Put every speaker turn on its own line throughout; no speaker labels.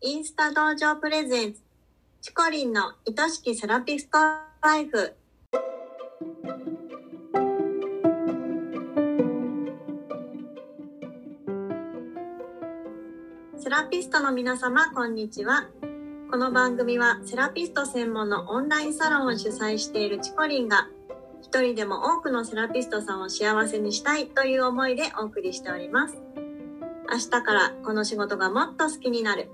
インスタ道場プレゼンツ、チコリンの愛しきセラピストライフ。セラピストの皆様、こんにちは。この番組はセラピスト専門のオンラインサロンを主催しているチコリンが、一人でも多くのセラピストさんを幸せにしたいという思いでお送りしております。明日からこの仕事がもっと好きになる。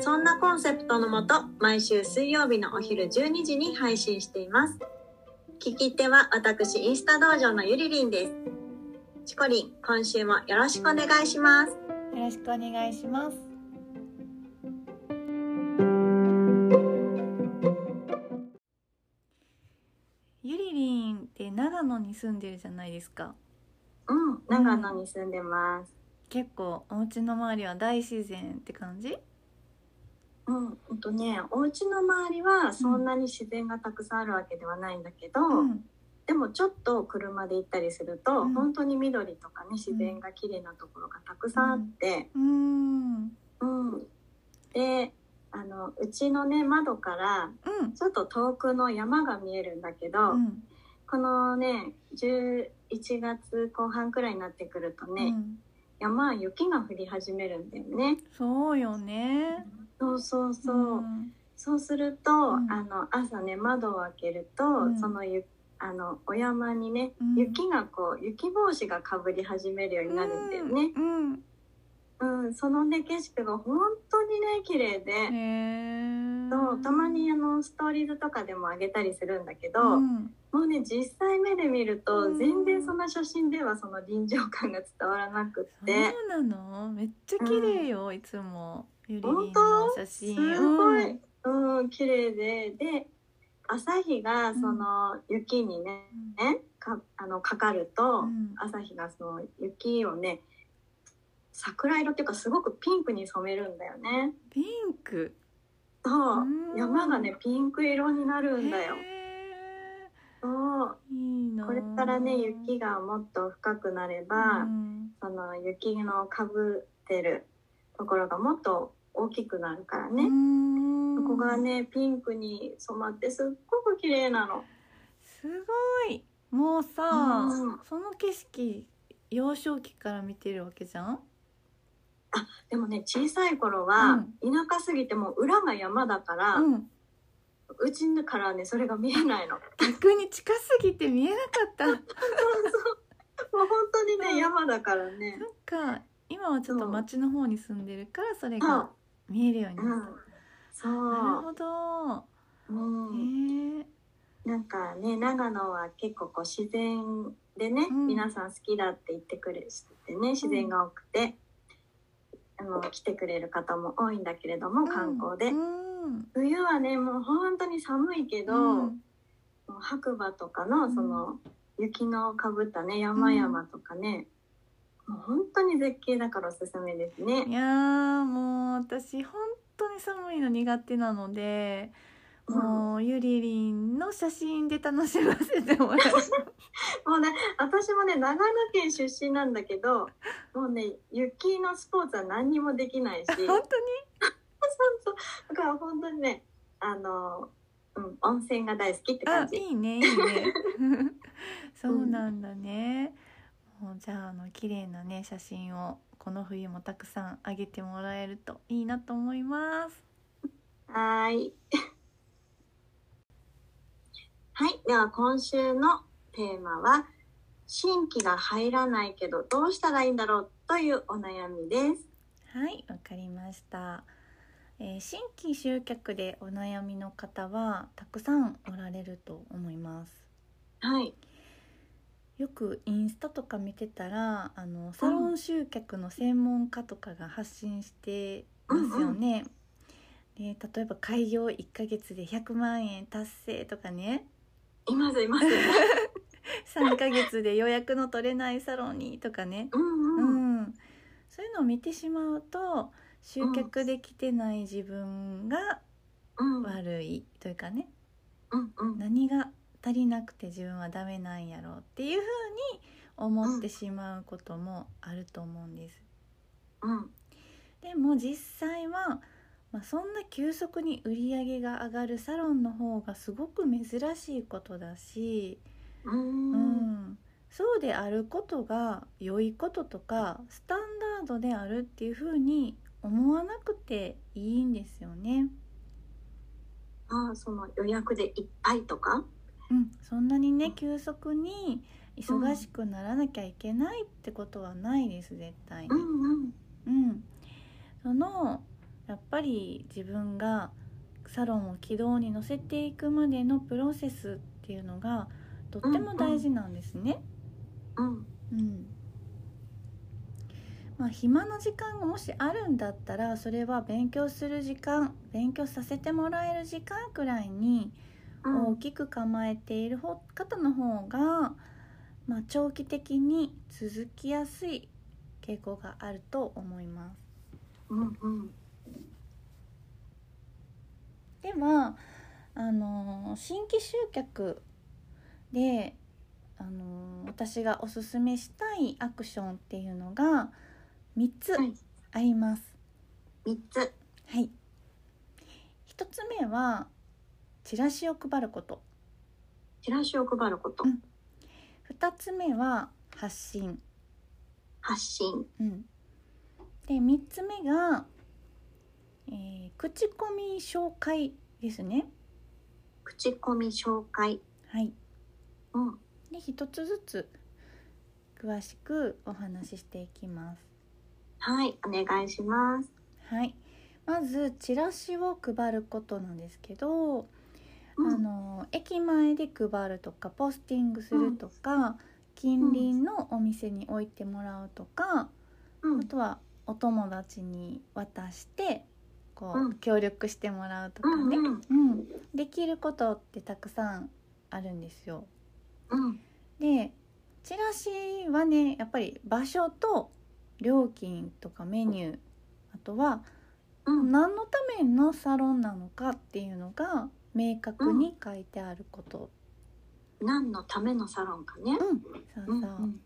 そんなコンセプトのもと、毎週水曜日のお昼12時に配信しています。聞き手は私、インスタ道場のゆりりんです。チコリン、今週もよろしくお願いします。
よろしくお願いします。ゆりりんって長野に住んでるじゃないですか。
うん、長野に住んでます。
結構お家の周りは大自然って感じ？
うん、ほんとね、お家の周りはそんなに自然がたくさんあるわけではないんだけど、
うん。
でもちょっと車で行ったりすると、
うん
本当に緑とかね、自然が綺麗なところがたくさんあって、
うーん。
うん、であのうちのね窓から
うん。
ちょっと遠くの山が見えるんだけど、
うん。
このね11月後半くらいになってくるとね、
うん。
山は雪が降り始めるんだよね。
そうよね。
そうそうそう、
ん
そうすると、
ん
あの朝ね窓を開けると、
ん
そのゆあのお山にね、
うん
雪がこう雪帽子がかぶり始めるようになるんだよね。
うん。
うん、そのね景色が本当にね綺麗で。
へえ。
そうたまにあのストーリーズとかでもあげたりするんだけど、
うん。
もうね実際目で見る
う
と
ん
全然その写真ではその臨場感が伝わらなくっ
そ
て
うなの？めっちゃ綺麗よ、いつも。ゆりりん
本当
の写真。
すご
う
い
ん、
うん綺麗でで朝日がその雪にね、かあのかかると、
うん
朝日がその雪をね桜色っていうかすごくピンクに染めるんだよね。
ピンク
そう
うん
山がねピンク色になるんだよ。
へ
そう
ーいいなあ
これからね雪がもっと深くなれば、
うん
その雪のかぶってるところがもっと大きくなるからね、
うん
そこがねピンクに染まってすっごく綺麗なの。
すごいもうさ、
うん
その景色幼少期から見てるわけじゃん
でもね小さい頃は田舎すぎてもう裏が山だから、う
うん
ちからねそれが見えない の。も
逆に近すぎて見えなかった
う本当にね、
うん
山だからね。
そっか今はちょっと町の方に住んでるからそれ
そう
が見えるように
う
なっ
ん
た、
そ
なる
う、
ほど
うん、
へえ
なんかね長野は結構こう自然でね、
うん
皆さん好きだって言ってくれてね自然が多くて、あの来てくれる方も多いんだけれども観光で、
うん
冬はねもう本当に寒いけど、
うん
もう白馬とかのその雪のかぶったね山々とかね、もう本当に絶景だからおすすめですね
い。やーもう私本当に寒いの苦手なので、
うん
もうゆりりんの写真で楽しませても らいます
もうね私もね長野県出身なんだけどもうね雪のスポーツは何にもできないし。
本
そうそう。だから本当にね、あの、うん、温泉が大好きって感
当に
じ。
あい いねいいねそうなんだね、もうじゃああの綺麗なね写真をこの冬もたくさんあげてもらえるといいなと思います
はーい。 はい。では今週のテーマは、新規が入らないけどどうしたらいいんだろうというお悩みです。
はい、わかりました、えー新規集客でお悩みの方はたくさんおられると思います
はい。
よくインスタとか見てたらあのサロン集客の専門家とかが発信してますよね。で例えば開業1ヶ月で100万円達成とかね
いますいます。
3ヶ月で予約の取れないサロンにとかね、
うん
う
うん。
ん、そういうのを見てしまうと集客できてない自分が
うんうん
悪いというかね
うん。
何が足りなくて自分はダメなんやろうっていうふうに思ってしまうこともあると思うんです。
うん。
でも実際は、まあ、そんな急速に売り上げが上がるサロンの方がすごく珍しいことだし、
うー
うんん、そうであることが良いこととかスタンダードであるっていう風に思わなくていいんですよね。
ああその予約でいっぱいとか
うん、そんなにね急速に忙しくならなきゃいけないってことはないです絶対に。
うん
うん、そのやっぱり自分がサロンを軌道に乗せていくまでのプロセスっていうのがとっても大事なんですね。
うん
うんまあ、暇な時間がもしあるんだったらそれは勉強する時間勉強させてもらえる時間くらいに
うん
大きく構えている方方の方が、まあ、長期的に続きやすい傾向があると思います。
うんうん
ではあの新規集客であの私がおすすめしたいアクションっていうのが3つ
はい
あります。
三つ
はい、1つ目はチラシを配ること
チラシを配ること
うん2つ目は発信、
発信
うん、で3つ目が、えー口コミ紹介ですね。
口コミ紹介
はい
うん
で一つずつ詳しくお話ししていきます。
はいお願いします
はい、まずチラシを配ることなんですけど、
う
あ
ん
の駅前で配るとかポスティングするとか、近隣のお店に置いてもらうとか、
うん
あとはお友達に渡してこう、
うん
協力してもらうと
う
かね、
んうん
うん、できることってたくさんあるんですよ。
うん
でチラシはねやっぱり場所と料金とかメニューあとは
うん
何のためのサロンなのかっていうのが明確に書いてあること、
何のためのサロンかね
うん、そうそう
う、んうん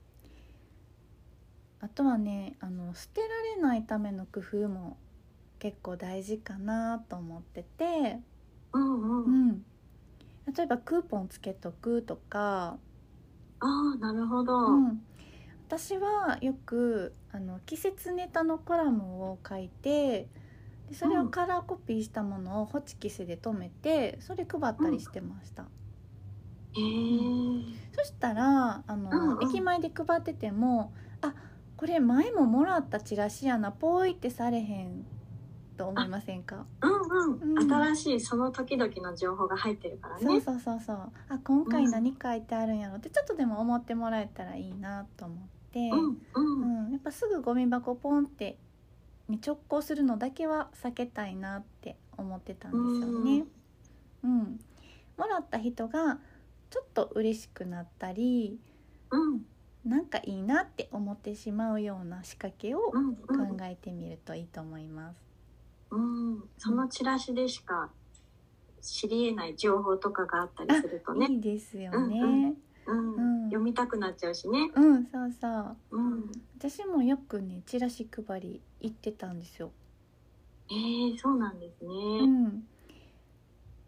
あとはねあの捨てられないための工夫も結構大事かなと思ってて、
うん
う
うん
ん、例えばクーポンつけとくとか
ああなるほど
うん、私はよくあの季節ネタのコラムを書いてでそれをカラーコピーしたものをホチキスで留めてそれ配ったりしてました、
へえ
そしたらあの、
うんうん
駅前で配っててもあこれ前ももらったチラシやなポイってされへんと思いませんか、
うんうん、
うん
新しいその時々の情報が入ってるからね
そうそうそうそうあ今回何書いてあるんやろってちょっとでも思ってもらえたらいいなと思って。
うんうん、
うん、やっぱすぐゴミ箱ポンってに直行するのだけは避けたいなって思ってたんですよね。うん、もらった人がちょっと嬉しくなったり
うん
なんかいいなって思ってしまうような仕掛けを
う
考
んうん
えてみるといいと思います。
うん、そのチラシでしか知りえない情報とかがあったりするとね、
いいですよね。
う
う
う
んん、
ん
うん
読みたくなっちゃうしね、
そうそう。
うん、
私もよくねチラシ配り行ってたんですよ。
えー、そうなんですね、
う
うん、
ん。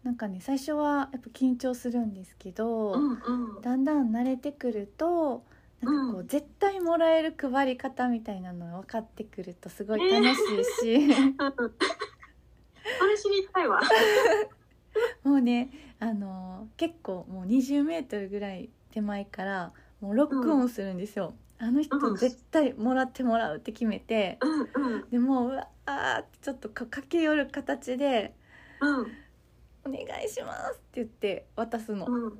なんかね最初はやっぱ緊張するんですけど。
うん
だんだん慣れてくるとなんかこう、
うん
絶対もらえる配り方みたいなの分かってくるとすごい楽しいし、
それ知りたいわ
もうねあのー結構もう2 0ルぐらい手前からもうロックオンするんですよ。あの人
うん
絶対もらってもらうって決めて、
うんうん
でもううわーってちょっとか駆け寄る形で
うん
「お願いします」って言って渡すの。
うん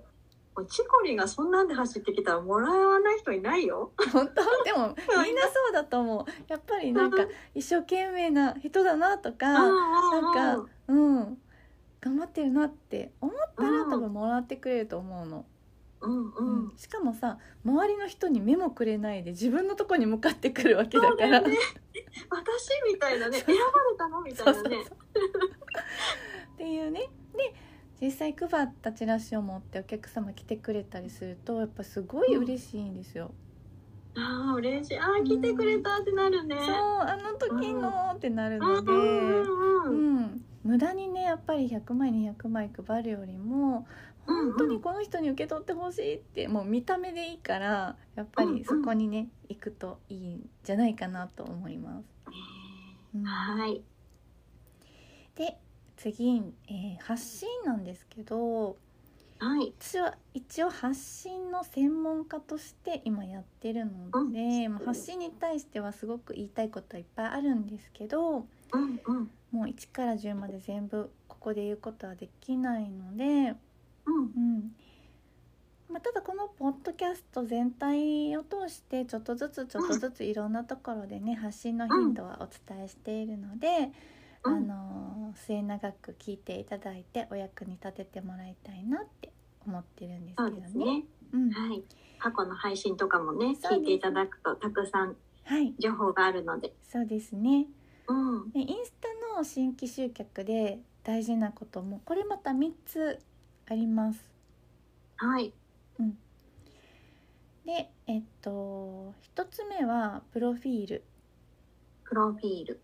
もうチコリンがそんなんで走ってきたらもらわない人いないよ。
本当でもみんなそうだと思う。やっぱりなんか一生懸命な人だなとか。な
なん
かうん頑張ってるなって思ったら
うん
多分もらってくれると思うの、
うんう
うん
ん。
しかもさ周りの人に目もくれないで自分のとこに向かってくるわけだ
そう
か
だ
ら
よね。私みたいなね、選ばれたのみたい
そ
な
うそう
ね。
そうっていうねで実際配ったチラシを持ってお客様来てくれたりするとやっぱすごい嬉しいんですよ、
ああ、嬉しい。ああ、来てくれたってなるね。
そうあの時のってなる
うん
の
う
で、
んうん
うん、無駄にねやっぱり100枚200枚配るよりも
うんうん
本当にこの人に受け取ってほしいってもう見た目でいいからやっぱりそこにね行くといいんじゃないかなと思います。うん
はい。
で次、えー発信なんですけど
はい。
私は一応発信の専門家として今やってるので、まあ発信に対してはすごく言いたいことはいっぱいあるんですけど
うんうん。
もう1から10まで全部ここで言うことはできないので、
うん
うんまあ、ただこのポッドキャスト全体を通してちょっとずつちょっとずついろんなところでね発信の頻度はお伝えしているので。あ
うん。
のー末永く聞いていただいてお役に立ててもらいたいなって思ってるんです
そ
け
う
ど
です
ね。
ね。
うん、は
はい。過去の配信とかもね、
そうです
聞いていただくとたくさん
い、
情報があるので。
そうですね。
うん。
でインスタの新規集客で大事なこともこれまた3つあります。
はい。
で、えっと1つ目はプロフィール、
プロフィール。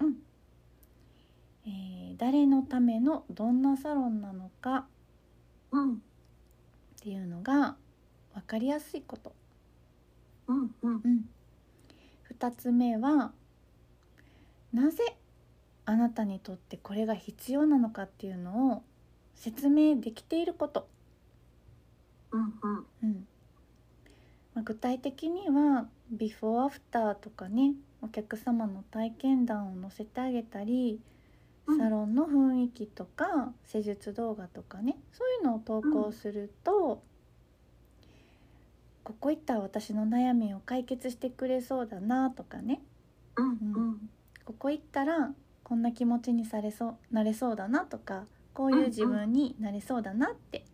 えー誰のためのどんなサロンなのか
うん。
っていうのが分かりやすいこと。
うんうん。
うん、2つ目はなぜあなたにとってこれが必要なのかっていうのを説明できていること、
うんうん。
うんまあ、具体的にはビフォーアフターとかねお客様の体験談を載せてあげたり
うん
サロンの雰囲気とか施術動画とかねそういうのを投稿すると、ここいったら私の悩みを解決してくれそうだなとかね
うんうん。
ここ行ったらこんな気持ちにされそうなれそうだなとかこういう自分になれそうだなって、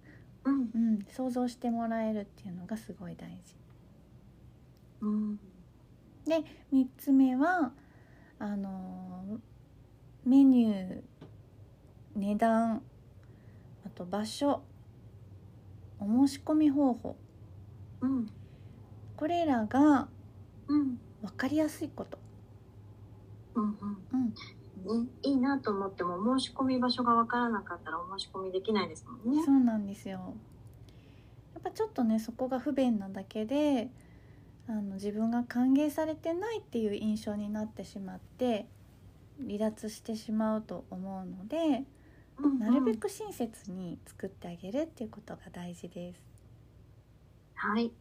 うん
うん、想像してもらえるっていうのがすごい大事
うん。
3つ目はあのーメニュー値段あと場所お申し込み方法
うん
これらが
うん。
分かりやすいこと、
うん
うん、
うん。ね、いいなと思っても申し込み場所がわからなかったらお申し込みできないですもんね
そ。うなんですよやっぱちょっとねそこが不便なだけであの自分が歓迎されてないっていう印象になってしまって離脱してしまうと思うので
うんうん
なるべく親切に作ってあげるっていうことが大事です。
はい。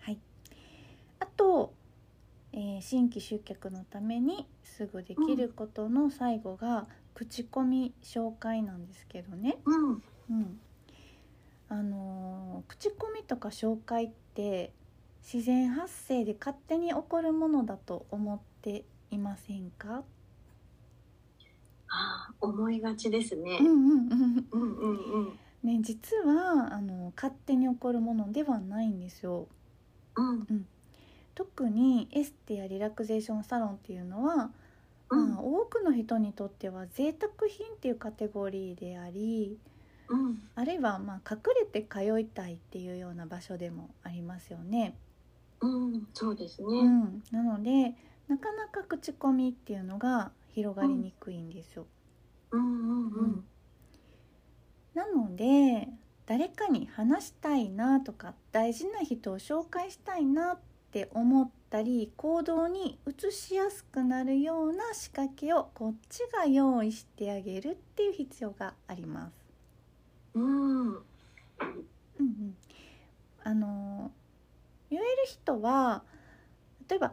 はい、あと、えー新規集客のためにすぐできることの最後が口コミ紹介なんですけどね。
うん。
うん、あのー口コミとか紹介って自然発生で勝手に起こるものだと思っていませんか？
ああ、思いがちですね
うん。うんうん。
うんうんうん。
ね実はあの勝手に起こるものではないんですよ。
うん
特にエステやリラクゼーションサロンっていうのは、
うん
まあ、多くの人にとっては贅沢品っていうカテゴリーであり
うん
あるいはまあ隠れて通いたいっていうような場所でもありますよね。
うん。そうです
う
ね。
ん、なのでなかなか口コミっていうのが広がりにくいんですよ。
うんうんうん。
なので誰かに話したいなとか大事な人を紹介したいなって思ったり行動に移しやすくなるような仕掛けをこっちが用意してあげるっていう必要があります。
うん。
うんうん、あの言える人は例えば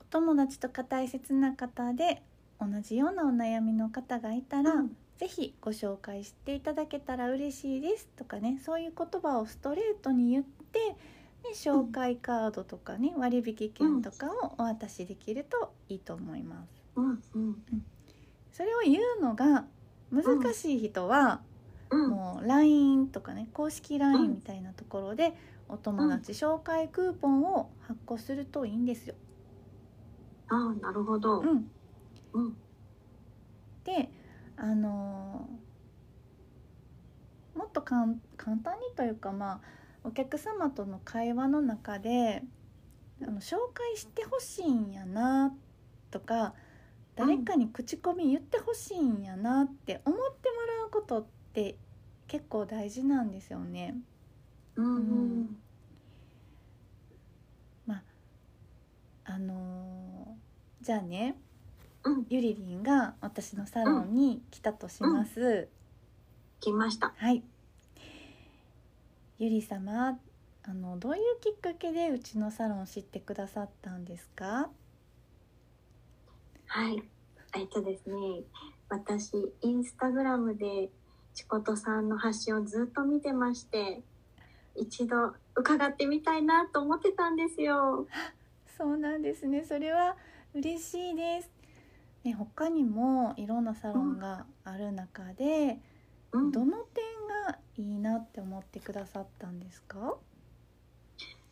お友達とか大切な方で同じようなお悩みの方がいたら、
うん
ぜひご紹介していただけたら嬉しいですとかねそういう言葉をストレートに言って、ね、紹介カードとかね割引券とかをお渡しできるといいと思います。
うんうん
それを言うのが難しい人は、
うん。
もう LINE とかね公式 LINE みたいなところでお友達紹介クーポンを発行するといいんですよ。
ああ、なるほど
う。ん、
うん
であのーもっとかん簡単にというかまあお客様との会話の中であの紹介してほしいんやなとか誰かに口コミ言ってほしいんやなって思ってことって結構大事なんですよね。
うん
うんまああのーじゃあね
うん
ゆりりんが私のサロンに来たとします。
来ました。
はい。ゆり様、あのどういうきっかけでうちのサロンを知ってくださったんですか？
はい。えっとですね、私、インスタグラムで、チコトさんの発信をずっと見てまして、一度伺ってみたいなと思ってたんですよ。
そうなんですね。それは嬉しいです。ね、他にもいろんなサロンがある中で、
うん、
どの点がいいなって思ってくださったんですか？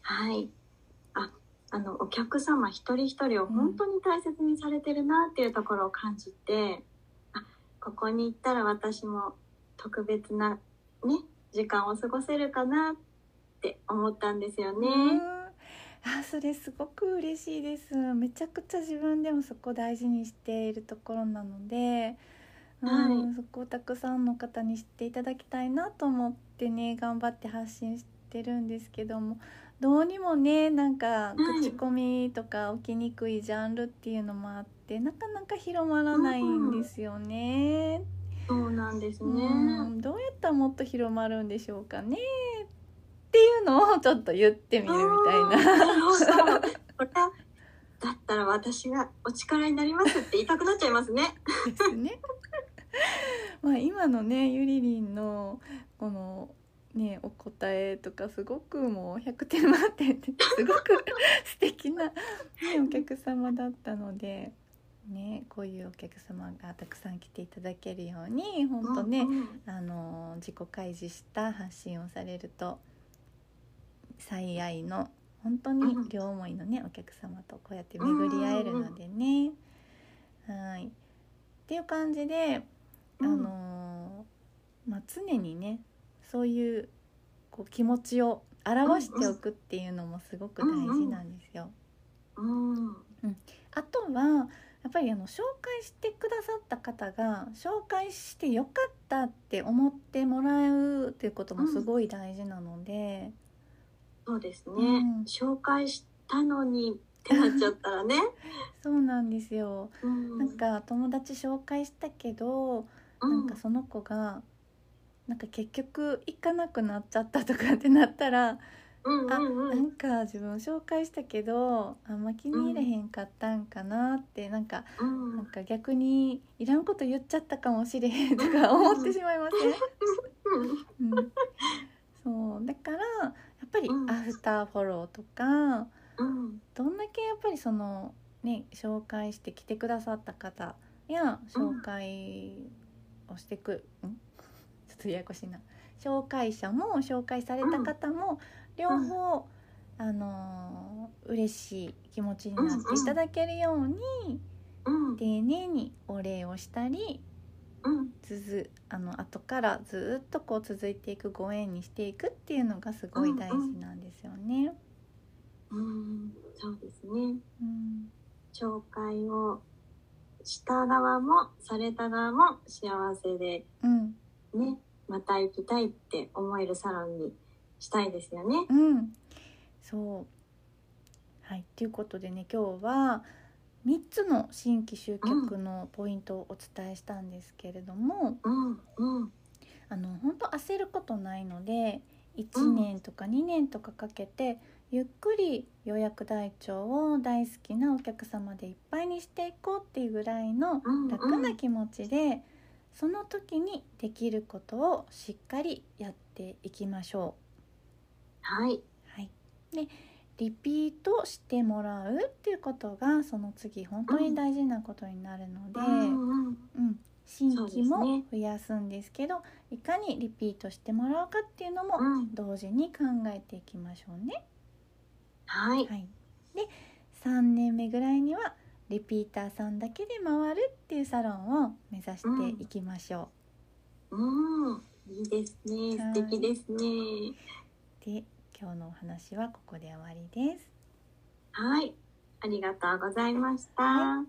はい。あ、あの、お客様一人一人を本当に大切にされてるなっていうところを感じて、あ、ここに行ったら私も特別な、ね、時間を過ごせるかなって思ったんですよね。
うんあ、それすごく嬉しいです。めちゃくちゃ自分でもそこ大事にしているところなので、うん、そこをたくさんの方に知っていただきたいなと思ってね、頑張って発信してるんですけども、どうにもね、なんか
うん
口コミとか起きにくいジャンルっていうのもあって、なかなか広まらないんですよね。
そうなんですね。
うん、どうやったらもっと広まるんでしょうかねっていうのをちょっと言ってみるみたいな。
なるほど。これはだったら私がお力になりますって言いたくなっちゃいますね。
ですね。まあ今のねゆりりんのこのねお答えとかすごくもう100点満点ですごく 素敵な、ね、お客様だったので。ね、こういうお客様がたくさん来ていただけるように本当ね、
うんうん
あの自己開示した発信をされると最愛の本当に
うん
両思いのね、お客様とこうやって巡り合えるのでね。はいっていう感じで、
うん
あのーまあ、常にねそういうこう気持ちを表しておくっていうのもすごく大事なんですよ。
うん。
あとはやっぱりあの紹介してくださった方が紹介してよかったって思ってもらうっていうこともすごい大事なので、
そうですね。
うん
紹介したのにってなっちゃった らね。
そうなんですよ。
うん
なんか友達紹介したけど、なんかその子がなんか結局行かなくなっちゃったとかってなったら、
うん
あ
うんう
なんんか自分紹介したけどあんま気に入れへんかったんかなってなんか
うん。う
なん
ん
か逆にいらんこと言っちゃったかもしれへんとか思ってしまいません、うん、そうだからやっぱり
うん
アフターフォローとか
うん
どんだけやっぱりそのね紹介して来てくださった方や紹介をしてく、ん、ちょっとややこしいな紹介者も紹介された方も両方、あのー嬉しい気持ちになっていただけるように、
うん
丁寧にお礼をしたり
うん
つづあの後からずっとこう続いていくご縁にしていくっていうのがすごい大事なんですよね。
うん。そうですね。
うん
紹介をした側もされた側も幸せで
うん、
ね、また行きたいって思えるサロンにしたいですよね。
うん、そうはいということでね今日は3つの新規集客のポイントをお伝えしたんですけれども、
うんうん
あの本当焦ることないので
う
1
ん
年とか2年とかかけてゆっくり予約台帳を大好きなお客様でいっぱいにしていこうっていうぐらいの
うんうん
楽な気持ちでその時にできることをしっかりやっていきましょ
はい。
う。はい、でリピートしてもらうっていうことがその次本当に大事なことになるので。
うんうん
うん、新規
そうです
も
ね
増やすんですけどいかにリピートしてもらうかっていうのも
うん
同時に考えていきましょうね。
はい。
はい、で3年目ぐらいにはリピーターさんだけで回るっていうサロンを目指していきましょ
うん。いいですね。
は
素
い
敵ですね。
う。で今日のお話はここで終わりです。
はい。ありがとうございました。
は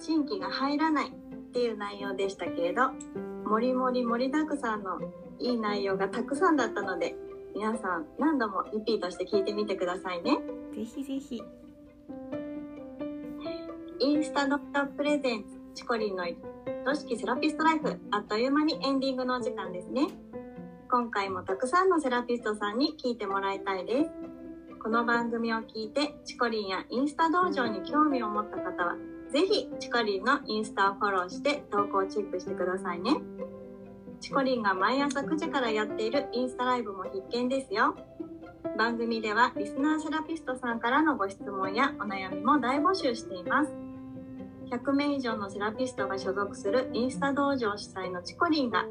新規が入らないっていう内容でしたけれどもりもり盛りだくさんのいい内容がたくさんだったので皆さん何度もリピートして聞いてみてくださいね
ぜひぜひ
インスタドクタープレゼンツチコリンの組織セラピストライフあっという間にエンディングのお時間ですね今回もたくさんのセラピストさんに聞いてもらいたいですこの番組を聞いてチコリンやインスタ道場に興味を持った方はぜひチコリンのインスタをフォローして投稿をチェックしてくださいねチコリンが毎朝9時からやっているインスタライブも必見ですよ番組ではリスナーセラピストさんからのご質問やお悩みも大募集しています100名以上のセラピストが所属するインスタ道場主催のチコリンが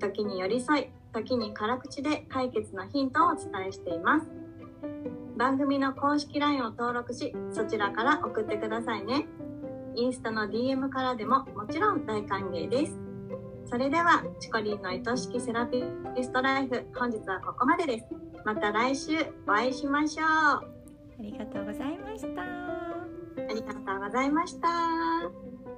時に寄り添い時に辛口で解決のヒントをお伝えしています番組の公式 LINE を登録しそちらから送ってくださいねインスタの DM からでももちろん大歓迎ですそれではチコリンの愛しきセラピストライフ本日はここまでですまた来週お会いしましょうあ
ありがとうございました。
りがとうございました